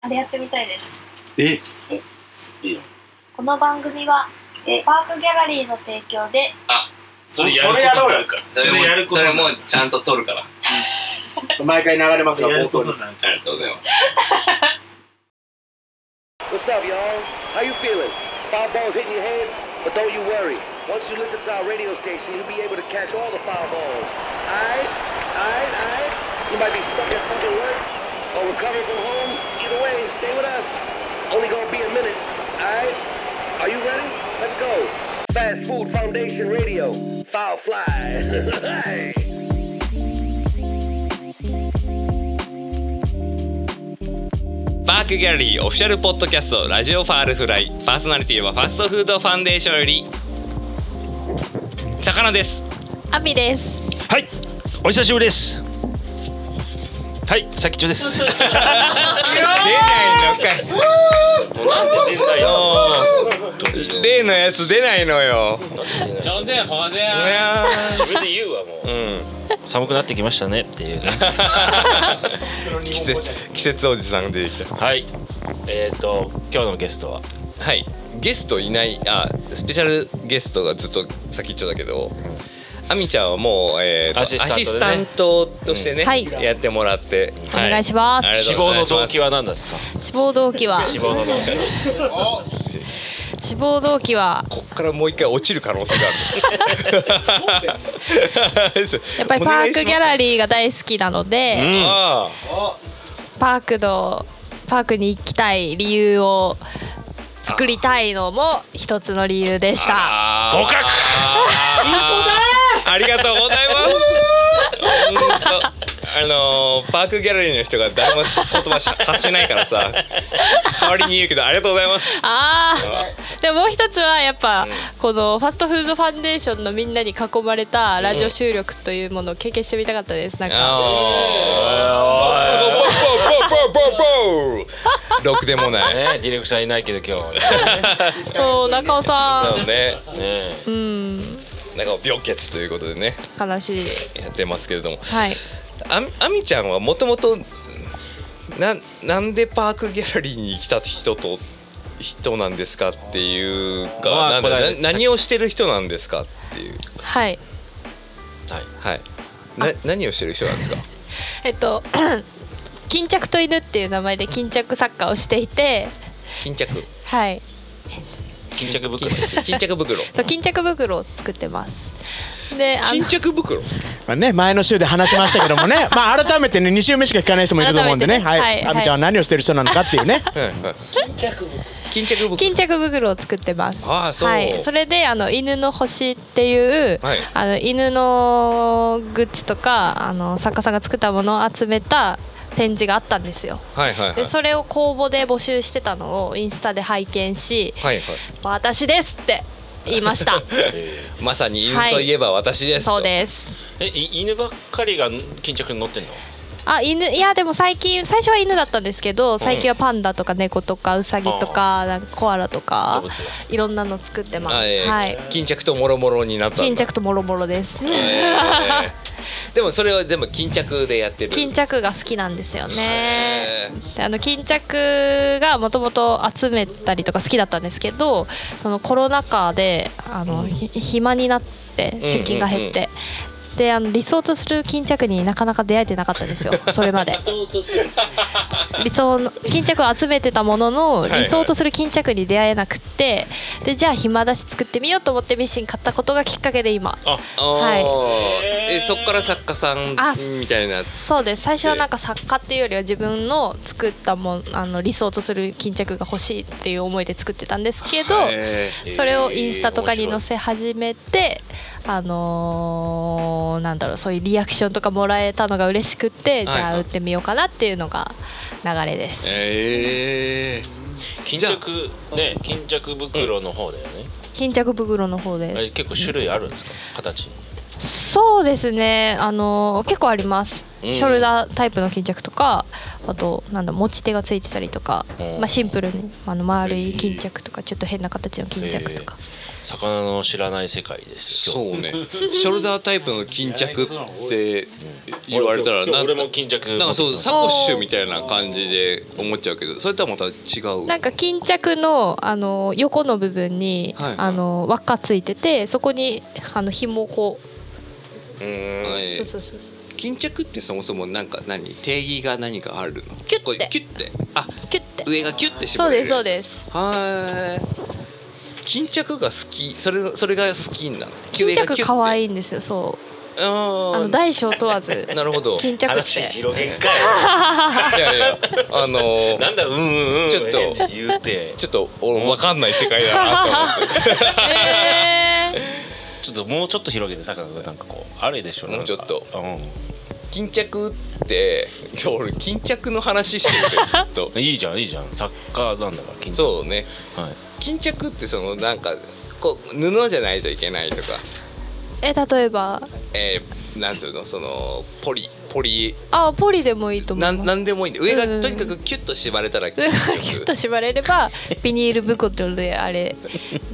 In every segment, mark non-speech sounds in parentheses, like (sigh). あれやってみたいです。えいいのこの番組はお、パークギャラリーの提供で、それれやそれやろうよかそそれもれやるこそとれになもちゃんと撮るから毎回流れますがるや冒ること頭にになるありがとうございます What's up, y'all? How you feeling? Foul balls hitting your head? But don't you worry. Once you listen to our radio station, you'll be able to catch all the foul balls. Aight? Aight? Aight? You might be stuck at fucking work or recovering from home. Either way, stay with us. Only gonna be a minute. Aight? Are you ready? Let's go. Fast Food Foundation Radio. Foul fly. (laughs) Hey. パークギャラリーオフィシャルポッドキャストラジオファールフライパーソナリティはファストフードファンデーションより魚ですアミです。はい、お久しぶりです。はい、さきちょです。 (laughs) 出ないのかい例のやつ出ないのよちょんでほぜいや自分で言うわもうーうん寒くなってきましたねっていう、ね。季節季節おじさんが出てきたはい、えっ、ー、と、今日のゲストは。はいゲストいないあスペシャルゲストがずっと先っちょだけど、アミちゃんはもう、えーとアアシシスタントでスタントとねしてね、うんはいやってもらって、お願いしまありがす。志とうご望ざいのます動機は何ですか。志望動機は、志望の動機。志望動機は、こっからもう一回落ちる可能性がある (laughs) やっぱりパークギャラリーが大好きなのうで、ん。あパークの、パークに行きたい理由を作りたいのも一つの理由でした。あ合格ありがとうございますほんとあのーパークギャラリーの人が誰も言葉し発しないからさ代わりに言うけどありがとうございますああ、でももう一つはやっぱうん、このファストフードファンデーションのみんなに囲まれたラジオ収録というものを経験してみたかったです。なんか、あーポーポーポーポーポーポーろくでもない (laughs) ね、ディレクターいないけど、今日はね。こう中尾なさのでねん、うん、なんか病欠ということでね悲しい。やってますけれどもはい。ああみちゃんはもともとななんでパークギャラリーに来た人と人なんですかっていうか、まあなんだこれはな何をしてる人なんですかっていうはい。はいな何をしてる人なんですかえっと (clears throat) 巾着と犬っていう名前で巾着作家をしていて、巾着はい、巾着袋。 (laughs) 巾着袋そう巾着袋を作ってます。で、あ巾の着袋まあね、前の週で話しましたけども (laughs) ね、まあ改めてね、2週目しか聞かない人もいると思うんでね、改めてねははい、いはい亜美ちゃんは何をしてる人なのかっていう (laughs) ね、はいはい巾着袋巾着袋を作ってます。ああそうはい、それであの犬の星っていう、はいあの犬のグッズとかあの作家さんが作ったものを集めた展示があったんですよ。はいはいはいでそれを公募で募集してたのをインスタで拝見しはいはい「私です!」って言い (laughs) ました。まさに犬といえば私ですと、そうです。え、い犬ばっかりが巾着に乗ってんの。あ犬いやでも最近最初は犬だったんですけど最近はパンダとか猫とかウサギとかなんかコアラと動か物が。いろんなの作ってます。あえーはい。巾着ともろもろになったんだ巾着ともろも (laughs) ろです。えーでもそれは全部巾着でやってる巾着が好きなんですよね。へであの巾着がもともと集めたりとか好きだったんですけど、そのコロナ禍であの、ひ暇になって出勤が減って。であの理想とする巾着になかなか出会えてなかったん (laughs) ですよそれまで理想の巾着を集めてたもののいはい理想とする巾着に出会えなくってでじゃあ暇だし作ってみようと思ってミシン買ったことがきっかけで今ーは、はいいえそっから作家さんあみたいなそうです最初はなんか作家っていうよりは自分の作ったもんあの理想とする巾着が欲しいっていう思いで作ってたんですけど、えそれをインスタとかに載せ始めて、あのーなんだろうそういうリアクションとかもらえたのが嬉しくはて、いじゃあ売ってみようかなっていうのが流れです。え巾着、ね、巾着袋の方だよね。巾着袋の方で、あれ結構種類あるんですか。形。そうですねあのー結構ありますうんショルダータイプの巾着とかあとなんだ持ち手がついてたりとか、うんまあ、シンプルにあの丸い巾着とかちょっと変な形の巾着とか、魚の知らない世界ですよそう (laughs) ねショルダータイプの巾着って言われたら今日なん俺も巾着なんかそうサコッシュみたいな感じで思っちゃうけどそれとはまた違うなんか巾着のあの横の部分に、はいはいあの輪っかついててそこにあの紐をこうーんはう、いそうそうそうそう巾着ってそもそもなんか何定義が何かあるのキュッてキュッてあキュッて上がキュッて絞そうれるでやすつそうですはーい巾着が好きそれそれが好きなの巾着可い愛いんですよそうああのの大小問わず (laughs) なるほど巾着っ話て広げんかよいやいやあ (laughs) のーなんだうんうんうんちょっと返事言うてちょっと俺分かんない世界だなと思ってえーちょっともうちょっと広げて魚がなんかこうあれでしょなんかもうちょっとう巾着って今日俺巾着の話してるずっと (laughs) んいいじゃんいいじゃんサッカーなんだから緊張そうねはい巾着ってそのなんかこう布じゃないといけないとか、え例えばえー、なんつうのそのポリポリあポリでもいいと思ないんますなんでもいいんで上がうんとにかくキュッと縛れたら上巾が着 (laughs) キュッと縛れればビニール袋であ (laughs) れ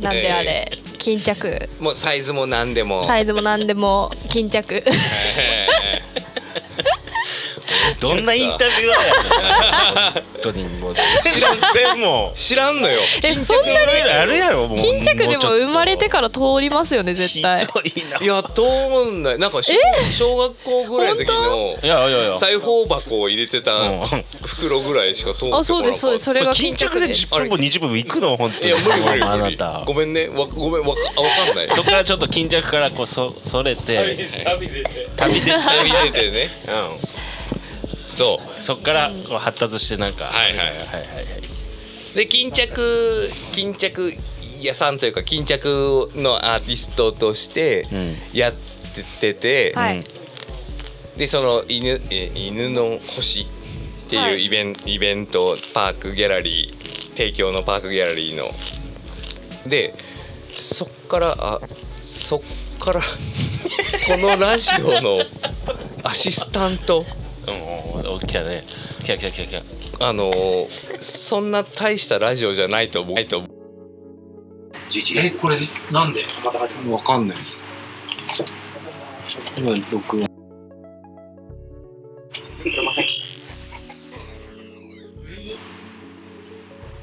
なんであれ巾着もうサイズも何でも、サイズも何でも巾 (laughs) 着 (laughs) えーどんなインタビューだよ本当にもう知らん全も知らんのよえそんなにあるやろもう巾着でも生まれてらから通りますよね絶対ひどいないやと思うんだよなんか小小学校ぐらいの時いのやいやいや裁縫箱を入れてたうん袋ぐらいしか通ってこなかったあそうですそうですそれが巾巾着着でです10分も20分も行くの本当にいや無理無理あ無な理たごめんねわごめんわかあわかんないそこからちょっと巾着からこうそそれて旅出て旅で入れてねそそこからこう発達してなんかはいはいはいはいはいはいうで巾着巾着屋さんというか巾着のアーティストとしてうんやってて、はいでその犬え犬の星ってはいういイベン,、イベントパークギャラリー提供のパークギャラリーのでそっからあそっから (laughs) このラジオのアシスタントうんうん、来たね。来た来た来た来た。あのそんな大したラジオじゃないと思うないと思う11え月これなんでまた始まるわかんないです。今録音。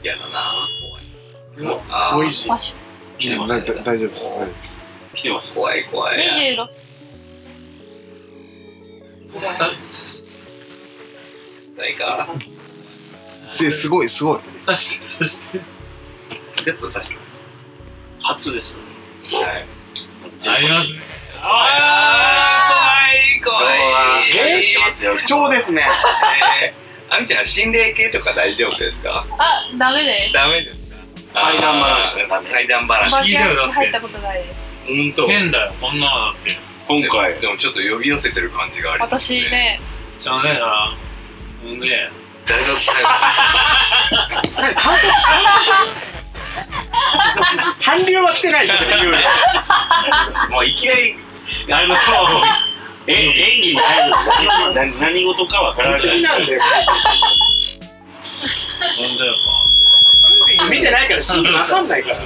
やだな怖いあおいーしいマ。シュ来て大ます丈夫大丈夫です。大丈夫です来てます怖い怖い26ささないかですごいすごい。さしてさしてペット刺した初ですはいありますねあー怖い怖いえー来てますよ不調ですね。えーあみちゃん心霊系とか大丈夫ですかあダメですダメですか怪談話ねあー怪談話不思議だよだって入ったことないです本当変だよこんなのだって今回でもちょっと呼び寄せてる感じがあります私ねじゃあねなほんで大学韓流は来てないでしょ、幽霊。もういきなりあのえ演技に入る何何事かわから不な思議いなんだよ。ほんでよ見てないから、シーンわかんないから。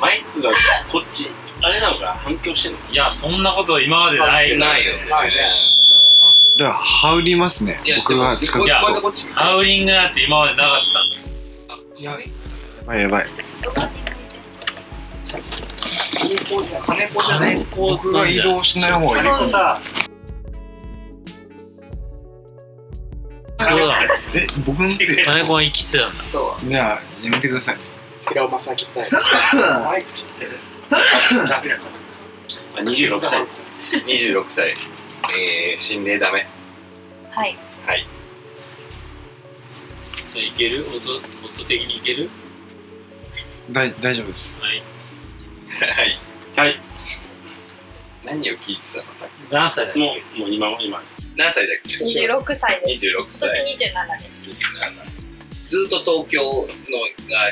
マイクがこっちあれなのかな反響してんのかいやそんなこと今までないよねないねでは羽織りますね。僕が近づいやくこっち見てハウリングなんて今までなかったんだと。やばいやばい。金子じゃない僕が移動しない方がいい。子さそうだえ僕のせい。金子は生きてたんだそう。じゃあやめてください。平尾正明スタイマイク二十六歳です二十六歳えー、心霊ダメはいはいそれいける音音的にいける大大丈夫です。はいはいはい何を聞いてたのさっ何歳だっきけもうもう今も今何歳だっけ26歳です二十六今歳年27ですずっと東京のあ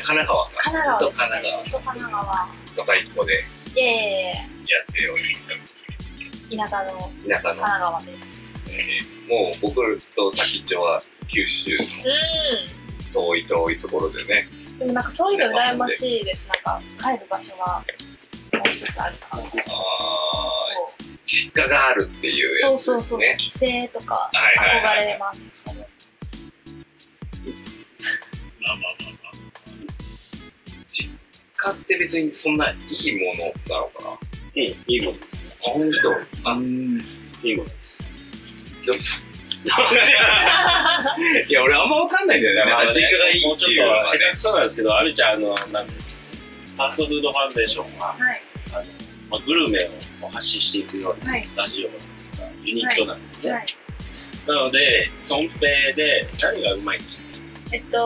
神奈川か神奈ず川っと神奈川ずっと神奈川とか一個でやいえいえってるよう田舎の神な田舎の奈川ですえーもう僕と先っちょは九州の遠い遠いところでねうん。でもなんかそういうの羨ましいです。なんか帰る場所がもう一つあるから。あー実家があるっていうやつですそねうそうそう。帰省とかはいはい憧はいれます。実家って別にそんないいものなのかなうん、いいものですね。あ、本当。あ、いいものです。どうぞ。いや、俺あんまわかんないんだよね。まあまあ実家がいいっていうのはね。そうなんですけど、あるちゃん、あの、なんですファーストフードファンデーションが、はいあのまあ、グルメを発信していくようなはいラジオとか、ユニットなんですね。はい。なので、とんぺいで何がうまいんですかえっと、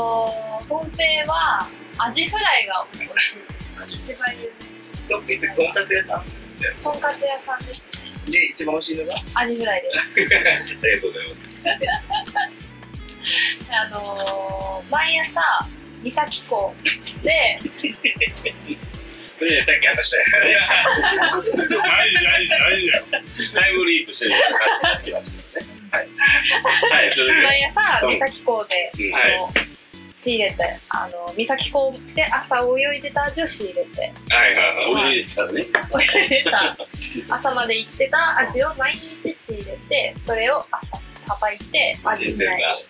とんぺいはアジフライが美味しい。一番有とんってとんかつ屋さん名。とんかつ屋さんです。で一番美味しいのがあアジフラ (laughs) イです。りがとうございます。 (laughs) あのー、毎朝三崎港でこれねさっき話したやつね。大事、大事、大事だよ。タイムリープしてるから、ってますけどね。はい。はい、それで。毎朝うん三崎港で、うんあの仕入れてあの三崎港で朝泳いでたアジを仕入れてはいはいはい。泳いでたらね。泳いでた (laughs) 朝まで生きてたアジを毎日仕入れてそれを朝さばいてアジ新フラ鮮イな。はい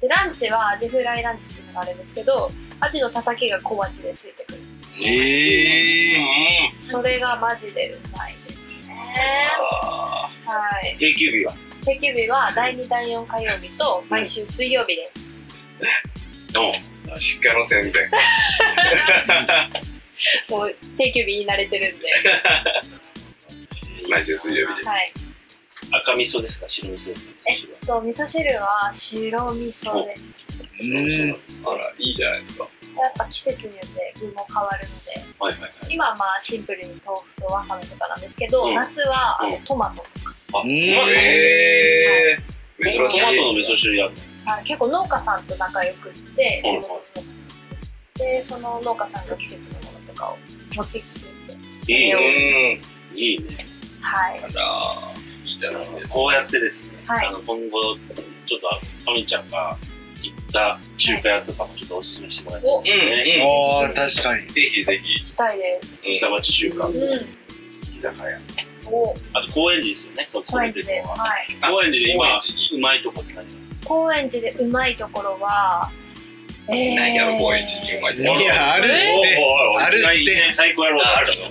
でランチはアジフライランチっていうのがあるんですけどアジのたたきが小鉢でついてくるええそれがマジでうまいですねはい定休日は定休日は第2第4火曜日と毎週水曜日です実家の宣伝。もう定休日言い慣れてる (laughs) んで毎週水曜日で。はい赤味噌ですか白味噌ですかえっと味噌汁は白味噌ですうん。あら、いいじゃないですか。やっぱ季節によって具も変わるのではいはいはい。今はまあシンプルに豆腐とわかめとかなんですけど、うん夏はあのうんトマトとか、あ、ええ珍しい。トマトの味噌汁やるあ結構農家さんと仲良くって、うん地元のでその農家さんが季節のものとかを持ってきてくれていいね。いいね。はいあら、いいじゃないですか。こうやってですね、はいあの今後、ちょっと、あみちゃんが行った中華屋とかもちょっとお勧めしてもらいたいおですね。ああ、確かに。ぜひぜひ。したいです下町中華う、ん居酒屋。おあと、高円寺ですよね、そう、高円て寺るですのは。はい高円寺で今高円寺、うまいとこって何高円寺でうまいところはえー、何やろ、高円寺にうまいところいや、あるっおいおいて。おいあるっていきなり最高野郎があるの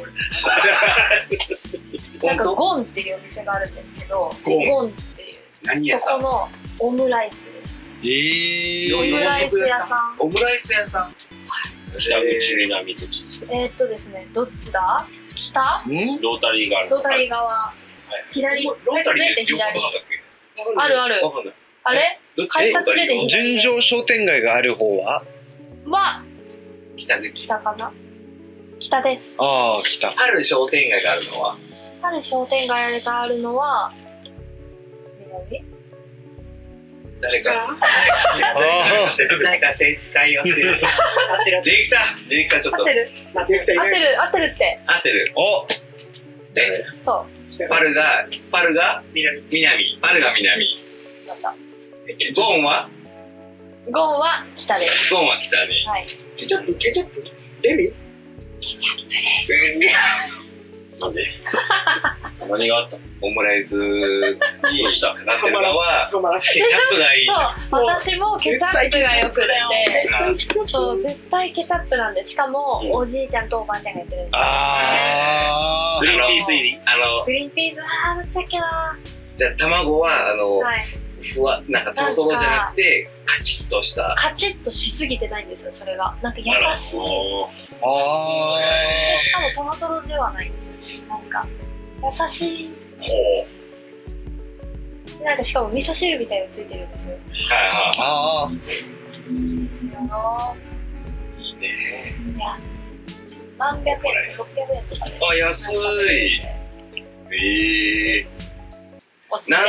なんかゴンっていうお店があるんですけどゴンゴンっていう何屋そさこんのオムライスですええオムライス屋さんオムライス屋さん北口、南口、えー、っとですねどっちだ北んロータリーがあるロータリー側左ロータリーで改札出て両左方なんだっけあるあるわかんない。あれどっち改札出て純情左商店街がある方はは北口。北かな北ですああ、来た。ある商店街があるのは、ある商店街があるのは南誰 (laughs) か、ああ、誰か政治対応してる。ディレクター、ディレクターちょっ合とっ、てる合って合ってる合ってるって合ってる。おで、そパルが、パルが、南。南。パルが南。うだったゴンはゴンは北ですゴンは北に。はいケチャップケチャップデミなんで何があったのオムライスにしたかかってるの (laughs) は、頑張らケチャップがいい。そう私もケチャップがよくってあそう絶対ケチャップなんでしかも、うんおじいちゃんとおばあちゃんがやってるんですよあグリーンピース入りあの、グリーンピースあーどっちだっけなじゃあ卵は、あの、はいふわ、なんかトロトロじゃなくて、カチッとした。カチッとしすぎてないんですよそれがなんか優しいでおーあ、あしかもトロトロではないんですよなんか優しいほなんかしかも味噌汁みたいのついてるんですよう。はいあ、ああ、あい。いいね。のいや何百円600円とかであ、安い。ええおすすめで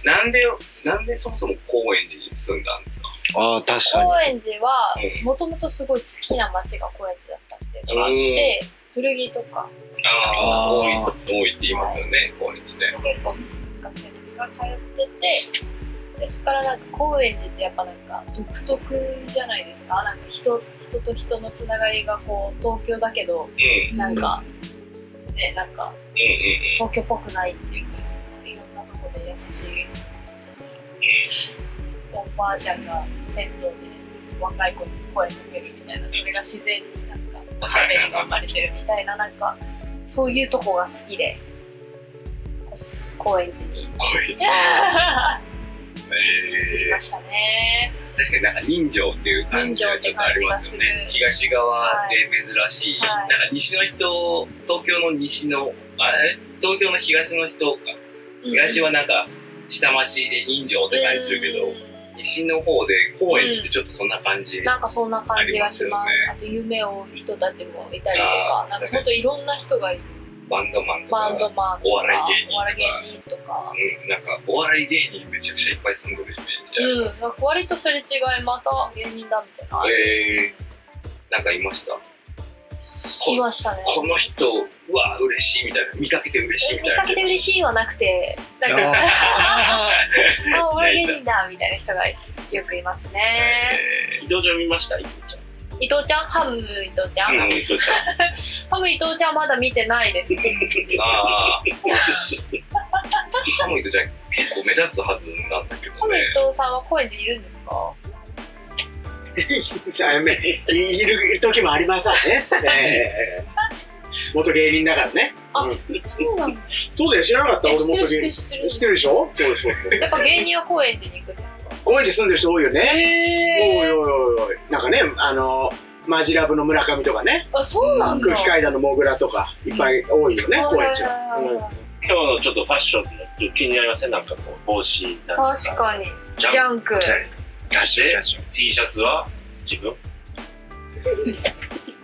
すなんで、なんでそもそも高円寺に住んだんですかああ、確かに。高円寺はうもともとすごい好きな街が高円寺だったっていうのがあって古着とかああーあ、多い、多いって言いますよね、高円寺ね。結構学生の時が通っててでそこからなんか高円寺ってやっぱなんか独特じゃないですかなんか人人と人のつながりがこう東京だけど、うんなんかねなんか東京っぽくないっていうかいろんなとこで優しいおばあちゃんが銭湯で若い子に声かけるみたいなそれが自然になんかおしゃべりが生まれてるみたいななんかそういうとこが好きでこ高円寺 (laughs) に高円寺えいましたねー確かになんか人情っていう感じがちょっとありますよね人東側で珍しい、はいなんか西の人東京の西のあれ東京の東の人かうん東はなんか下町で人情って感じするけど、西の方で高円寺ってちょっとそんな感じ、なんかそんな感じがしますありあますよねと夢を追う人たちもいたりとあかーなんかほんといろんな人がいるバンドマンとかバンドマンとかお笑い芸人とおか笑い芸人とかうん、なんかお笑い芸人めちゃくちゃいっぱい住んでるイメージあうる、ん、なんか割とすれ違います。あ、芸人だみたいな。えー、なんかいましたいましたね。この人うわ嬉しいみたいな見かけて嬉しいみ見たいなかけて嬉しいはなくて、なんか、 (laughs) あ、お笑い芸人だみたいな人がよくいますね。伊藤ちゃん見ました伊藤ち伊藤ちゃん、ハム伊藤ちゃゃん。ん。うん、伊藤ちゃん。ハム伊藤ちゃんまだ見てない (laughs) です。ああハムイとじゃ結構目立つはずなんだけどハム伊藤さんは声でいるんですか。あめいる時もありますわね。ええ元芸人だからね。あ、そう (laughs) なんだ。そうだよ、知らなかった、え俺元芸人。知ってる知っ知っててるるでしょそうでしょ。やっぱ芸人は高円寺に行くんですか。高円寺住んでる人多いよね。へーおいおいおいおい。なんかね、あの、マジラブの村上とかね。あ、そうなんだ。空気階段のモグラとか、いっぱい多いよね、高円寺は。はいはいはいはい今日のちょっとファッションの気になりませんなんかこう帽子なんか確かに。ジャンク。そして T シャツは自 (laughs) 分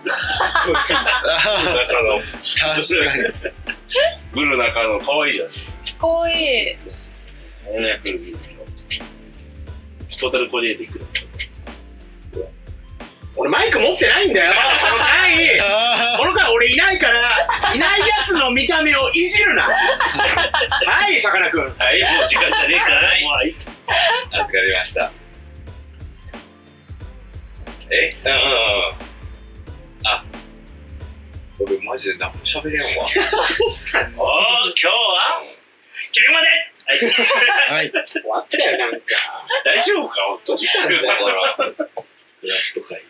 確かにブル中の可愛いじゃないですかかわいい。ねブルブルのトータルコーディネートいくらですか俺マイク持ってないんだよ。この回、この回俺いないから、いないやつの見た目をいじるな。はい、さかなクン。はいもう時間じゃねえからもうはい預かりましたえうんうんうんあ俺マジで何も喋れん (laughs) わおー今日はここまではい。終わったよ、なんか。大丈夫か本当どうしたんだよラスト回